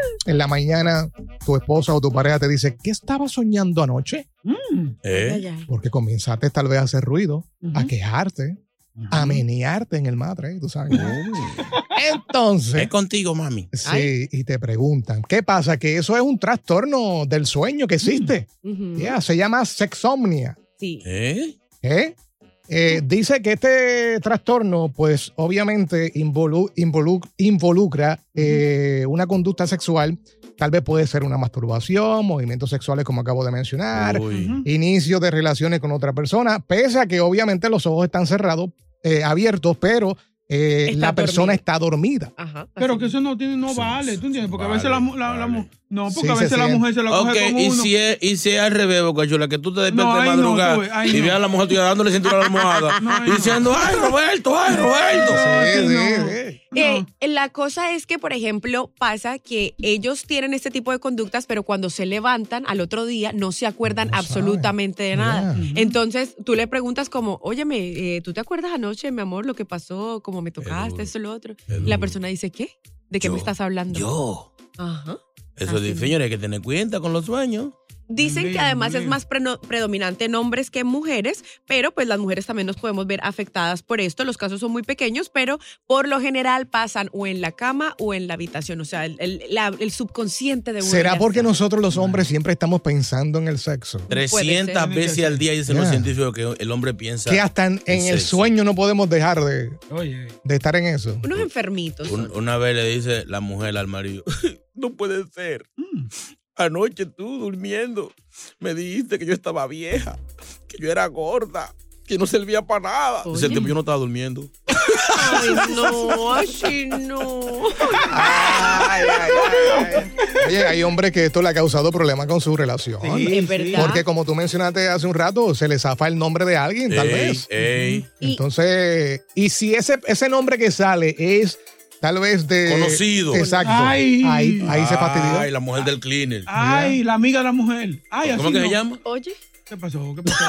en la mañana tu esposa o tu pareja te dice, ¿qué estaba soñando anoche? ¿Eh? Porque comenzaste tal vez a hacer ruido, a quejarte, a menearte en el madre, tú sabes. Entonces, Oh. Es contigo, mami. sí, y te preguntan, ¿qué pasa? Que eso es un trastorno del sueño que existe. Ya, se llama sexomnia. ¿Eh? ¿Eh? Eh, dice que este trastorno, pues obviamente involu- involu- involucra eh, una conducta sexual, tal vez puede ser una masturbación, movimientos sexuales como acabo de mencionar, Oh. Uy. inicio de relaciones con otra persona, pese a que obviamente los ojos están cerrados, eh, abiertos, pero eh, Está la persona dormida. está dormida. Ajá. Pero que eso no tiene, no vale, ¿tú entiendes? Porque a veces la, mu- la, la mu- no, porque Sí, a se veces la siente. mujer se la Ok, coge con y uno. si, es, y si es al revés, Bocachula, que tú te despiertes No, de ahí no, madrugada tú, ahí y no. veas a la mujer tuya dándole cintura a la almohada No, ahí no. diciendo, ¡ay, Roberto, ay, Roberto! Sí, no. sí, sí. No. Eh, la cosa es que, por ejemplo, pasa que ellos tienen este tipo de conductas, pero cuando se levantan al otro día no se acuerdan No saben. absolutamente de nada. Yeah. Entonces tú le preguntas como, óyeme, eh, ¿tú te acuerdas anoche, mi amor, lo que pasó, cómo me duro. tocaste, esto, lo otro? Qué La duro. persona dice, ¿qué? ¿De qué Yo, me estás hablando? Yo. Ajá. Eso Así es mismo. señores, hay que tener cuenta con los sueños. Dicen que Dios además es mío. más preno- predominante en hombres que en mujeres, pero pues las mujeres también nos podemos ver afectadas por esto. Los casos son muy pequeños, pero por lo general pasan o en la cama o en la habitación, o sea, el, el- la- el subconsciente de uno. ¿Será ya porque sabe. nosotros los hombres siempre estamos pensando en el sexo? ser. 300 veces al día dicen los Yeah. científicos que el hombre piensa. Que hasta en, en el sexo. sueño no podemos dejar de, Oye, de estar en eso. Unos enfermitos. Un- una vez le dice la mujer al marido, no puede ser. Mm. Anoche tú durmiendo me dijiste que yo estaba vieja, que yo era gorda, que no servía para nada. Dice el Oye. tipo, yo no estaba durmiendo. Ay, no, así no. Oye, hay hombres que esto le ha causado problemas con su relación. Es verdad. Porque como tú mencionaste hace un rato, se le zafa el nombre de alguien, tal Ey, vez. ey, Y- Entonces, y si ese, ese nombre que sale es tal vez de... Conocido. Exacto. Ay. ahí ahí se Ay, fastidió. la mujer del cleaner. ay, la amiga de la mujer. Ay, ¿Cómo así que no. se llama? Oye. ¿Qué pasó? ¿Qué pasó?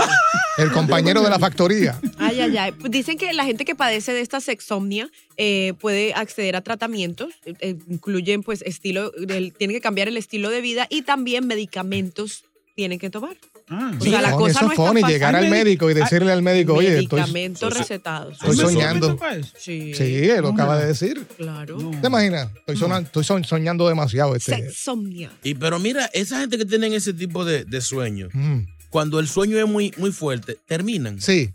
El compañero de la factoría. Ay, ay, ay. Pues Dicen que la gente que padece de esta sexomnia eh, puede acceder a tratamientos, eh, eh, incluyen pues estilo, del- tienen que cambiar el estilo de vida y también medicamentos tienen que tomar. Ah, O sea, la Coño, cosa eso es no está funny, fácil. llegar al Ay, médico y ay, decirle al médico, oye, estoy... medicamentos recetados. Estoy ¿hay soñando. medicamento para eso? pues? Sí, Sí, lo acaba de decir. claro. ¿Te imaginas? Estoy, sona- estoy so- soñando demasiado este... Sexomnia. Y pero mira, esa gente que tienen ese tipo de, de sueños, Mm, cuando el sueño es muy, muy fuerte, terminan. Sí,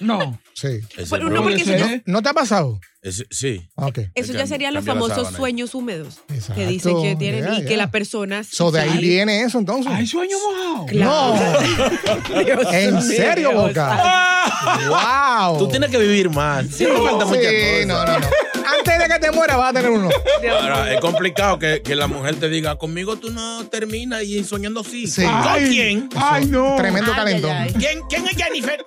No. sí. Ese Bueno, es no, el porque Puede eso ser. yo- ¿No te ha pasado? Ah, Es- sí. Ok. Eso ya serían los Cambia la famosos sábana. sueños húmedos que Exacto. dicen que tienen Ya, y ya. que la persona. So, de ahí sale. viene eso entonces. Hay sueño mojado. No. Dios ¿En mío, serio, Dios. Boca? ¡Wow! Tú tienes que vivir más. Sí, falta mucha Sí, cosa. no, no, no. Antes de que te mueras vas a tener uno. Ahora, es complicado que, que la mujer te diga, conmigo tú no terminas y soñando así. Sí. ¿Con Ay. quién? Ay, no. Tremendo Ay, calentón. ay, ay. ¿Quién, quién es Jennifer?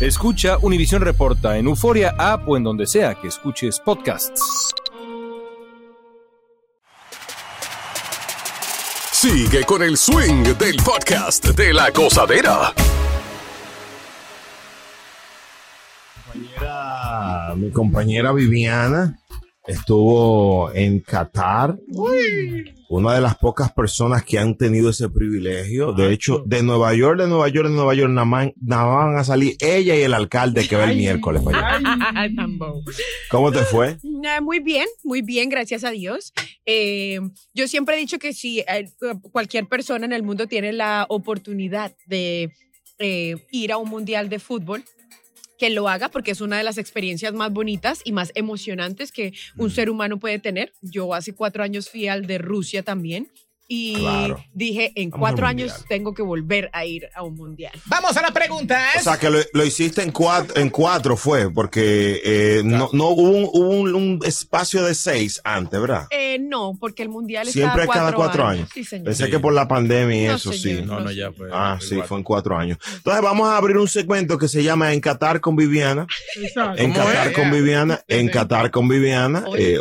Escucha Univisión Reporta en Euforia App o en donde sea que escuches podcasts. Sigue con el swing del podcast de la gozadera. compañera- mi compañera Viviana estuvo en Qatar. Una de las pocas personas que han tenido ese privilegio. De hecho, de Nueva York, de Nueva York, de Nueva York, nada más nada más van a salir ella y el alcalde que va el miércoles. para allá. Tampoco. ¿Cómo te fue? Ah, Muy bien, muy bien, gracias a Dios. Eh, yo siempre he dicho que si eh, cualquier persona en el mundo tiene la oportunidad de eh, ir a un mundial de fútbol, que lo haga porque es una de las experiencias más bonitas y más emocionantes que un ser humano puede tener. Yo hace cuatro años fui al de Rusia también y Claro. dije, en Vamos al cuatro años mundial. tengo que volver a ir a un mundial. Vamos a las preguntas. O sea, que lo, lo hiciste en cuatro, en cuatro fue, porque eh, no, no hubo, un, hubo un- un espacio de seis antes, ¿verdad? Eh, no, porque el mundial es Siempre cada es cuatro, cada cuatro años. Sí, señor. Pensé que por la pandemia y No, eso señor, sí. no, No, no, ya fue. Ah, sí, fue en cuatro años. Entonces vamos a abrir un segmento que se llama En Qatar con Viviana. En ¿Cómo Qatar es? con Viviana, en Qatar con Viviana, eh,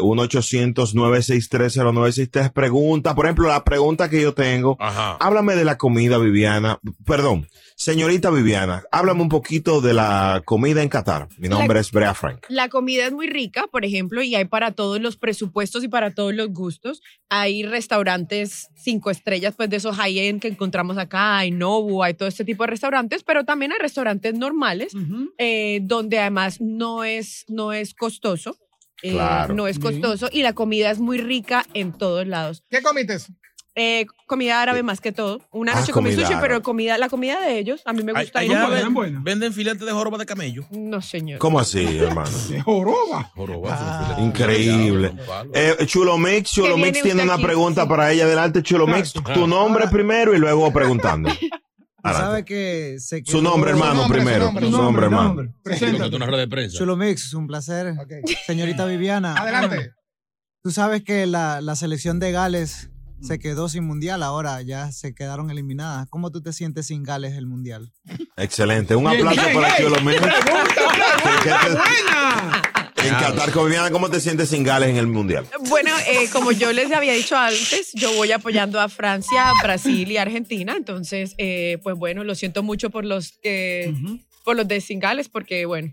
1-800-963-0963. Pregunta, por ejemplo, la pregunta que yo tengo. Háblame de la comida, Viviana. Perdón, señorita Viviana, háblame un poquito de la comida en Qatar. Mi La- nombre es Brea Frank. La comida es muy rica, por ejemplo, y hay para todos los presupuestos y para todos los gustos. Hay restaurantes cinco estrellas, pues de esos high-end que encontramos acá, hay Nobu, hay todo este tipo de restaurantes, pero también hay restaurantes normales, eh, donde además no es, no es costoso. eh, Claro. No es Bien. costoso y la comida es muy rica en todos lados. Eh, ¿Qué comiste? comida árabe más que todo. Una Ah, noche comí comida sushi, árabe. pero comida, la comida de ellos a mí me gusta. Ay, ir. allá ven- venden filetes de joroba de camello. No, señor. ¿Cómo así, hermano? Joroba. Joroba. Increíble. Eh, Chulo Mix, Chulo Que viene Mix tiene usted una aquí, pregunta para ella. Adelante, Chulo Mix. Tu nombre primero y luego preguntando. Adelante. ¿Sabe que se Su nombre, hermano, primero. Su nombre, hermano. Preséntate una rueda de prensa. Chulo Mix, un placer. Señorita Viviana. Adelante. Tú sabes que la, la selección de Gales se quedó sin mundial ahora, ya se quedaron eliminadas. ¿Cómo tú te sientes sin Gales el mundial? Excelente. Un Bien, aplauso bien, para bien. Chulo Mix. ¿Qué- qué te- ¡Buena! En Qatar, con Viviana, ¿cómo te sientes sin Gales en el Mundial? Bueno, eh, como yo les había dicho antes, yo voy apoyando a Francia, Brasil y Argentina. Entonces, eh, pues bueno, lo siento mucho por los, eh, por los de Singales, porque bueno,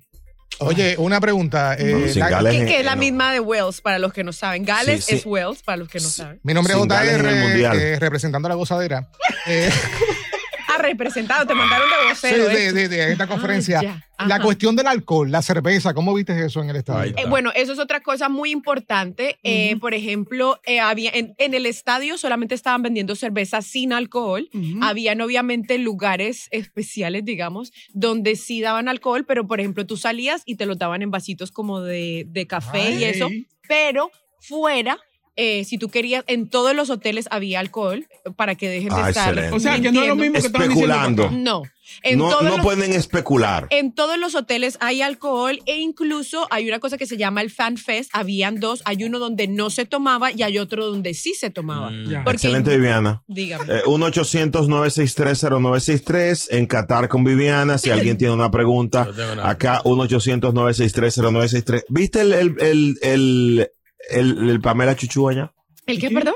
Oye, una pregunta. eh, No, sin la- Gales que, que es la misma de Wales para los que no saben. Gales Sí, sí. es Wales para los que no saben. Mi nombre Sin es JR, Gales en el Mundial. eh, representando a la gozadera. Eh, a Ah, representado, te mandaron de Sí, vocero. de, ¿eh? de- de esta Ah, conferencia. ya. la Ajá. cuestión del alcohol, la cerveza, ¿cómo viste eso en el estadio? Eh, bueno, eso es otra cosa muy importante. Eh, Por ejemplo, eh, había en, en el estadio solamente estaban vendiendo cerveza sin alcohol. Habían obviamente lugares especiales, digamos, donde sí daban alcohol, pero por ejemplo tú salías y te lo daban en vasitos como de, de café y Ay. eso. Pero fuera... eh, si tú querías, en todos los hoteles había alcohol eh, para que dejen de Ah, estar. excelente. O sea, que no es lo mintiendo. mismo que estaban diciendo acá. Especulando. No, en no todos no los- Eh, pueden especular. en todos los hoteles hay alcohol e incluso hay una cosa que se llama el Fan Fest. Habían dos, hay uno donde no se tomaba y hay otro donde sí se tomaba. Mm. Porque- Excelente, Viviana. Dígame. Eh, 1-800-963-0963 en Qatar con Viviana. Si alguien tiene una pregunta, acá 1-800-963-0963. ¿Viste el, el, el, el, el- el Pamela Chuchú allá? ¿El qué, perdón?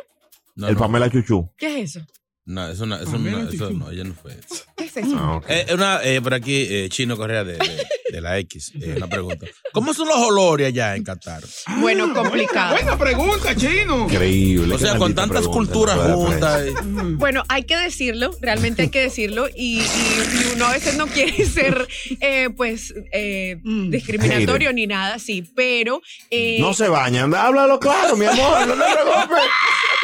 el Pamela Chuchú. ¿Qué es eso? No, eso no, eso no, eso no, ella no fue. ¿Qué es eso? Ah, Eh, una, eh, por aquí, eh, Chino Correa de, de- de la X, eh, una pregunta. ¿Cómo son los olores allá en Qatar? Ah. Bueno, complicado. Buena pregunta, chino. Increíble. O sea, con tantas culturas juntas. Bueno, hay que decirlo, realmente hay que decirlo y, y- y uno a veces no quiere ser, eh, pues, eh, discriminatorio ni nada, sí, pero... eh, No se bañan, háblalo claro, mi amor. No te preocupes.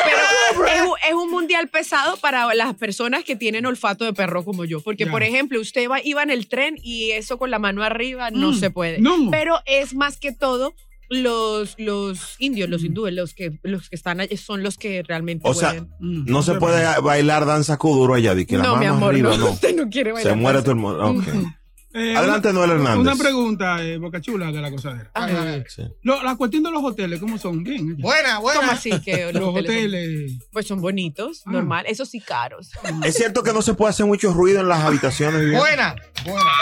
Pero es, un- es un mundial pesado para las personas que tienen olfato de perro como yo. Porque, Ya. por ejemplo, usted va, iba en el tren y eso con la mano arriba no Mm, se puede. no. Pero es más que todo los, los indios, los hindúes, los que, los que están allí son los que realmente Mm. O sea, pueden. Mm. no se puede bailar danza kuduro allá. di que la No, mi mano amor, arriba, no. no. Usted no quiere bailar Se muere danza. todo el mundo. Ok. Eh, Adelante, Noel Hernández. Una pregunta, eh, Boca Chula, de la cosadera. Ah. Eh, lo- la cuestión de los hoteles, ¿cómo son? Bien. Buena, buena. ¿Cómo así que Los son- pues son bonitos, Ah. normal. Eso sí, caros. Es cierto que no se puede hacer mucho ruido en las habitaciones. Viviana?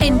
En